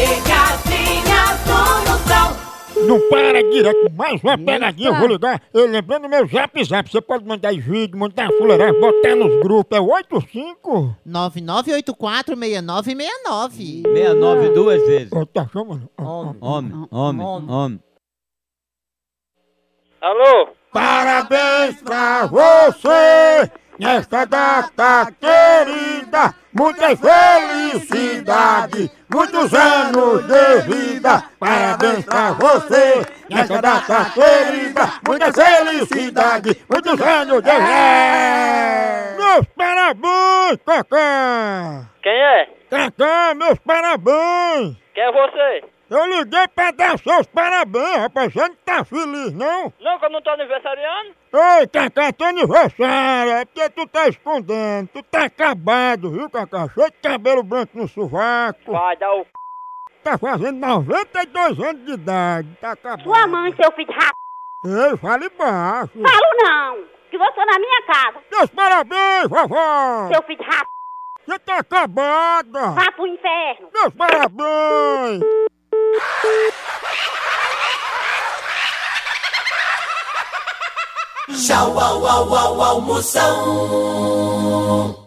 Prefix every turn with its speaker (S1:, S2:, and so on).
S1: Pegadinha do Moção.
S2: Não para direto, mais uma pegadinha, eu vou ligar. Eu lembrando meu zap zap, você pode mandar os vídeos, mandar fuleiragem, botar nos grupos, é 85.
S3: 99846969.
S4: 69 duas vezes.
S2: Ô, tá chamando? Ó, ó.
S4: Homem, homem, homem.
S5: Alô?
S2: Parabéns pra você, nesta data querida. Muita felicidade, muitos anos de vida. Parabéns pra você, nesta data querida. Muita felicidade, muitos anos de vida. Meus parabéns, Cacá.
S5: Quem é?
S2: Cacá, meus parabéns.
S5: Quem é você?
S2: Eu liguei pra dar seus parabéns, rapaz. Você não tá feliz, não?
S5: Não, que eu não tô aniversariando?
S2: Ei, Cacá, teu aniversário, é porque tu tá escondendo, tu tá acabado, viu, Cacá? Cheio de cabelo branco no sovaco,
S5: Vai dar o c...
S2: tá fazendo 92 anos de idade, tá acabado.
S6: Sua mãe, tá- seu filho de ra...
S2: Ei, fale baixo.
S6: Falo não, que você é na minha casa,
S2: Meus parabéns, vovó!
S6: seu filho de ra...
S2: Você tá acabada!
S6: Vá pro inferno.
S2: Meus parabéns!
S1: Tchau, au, au, au, au, Moção.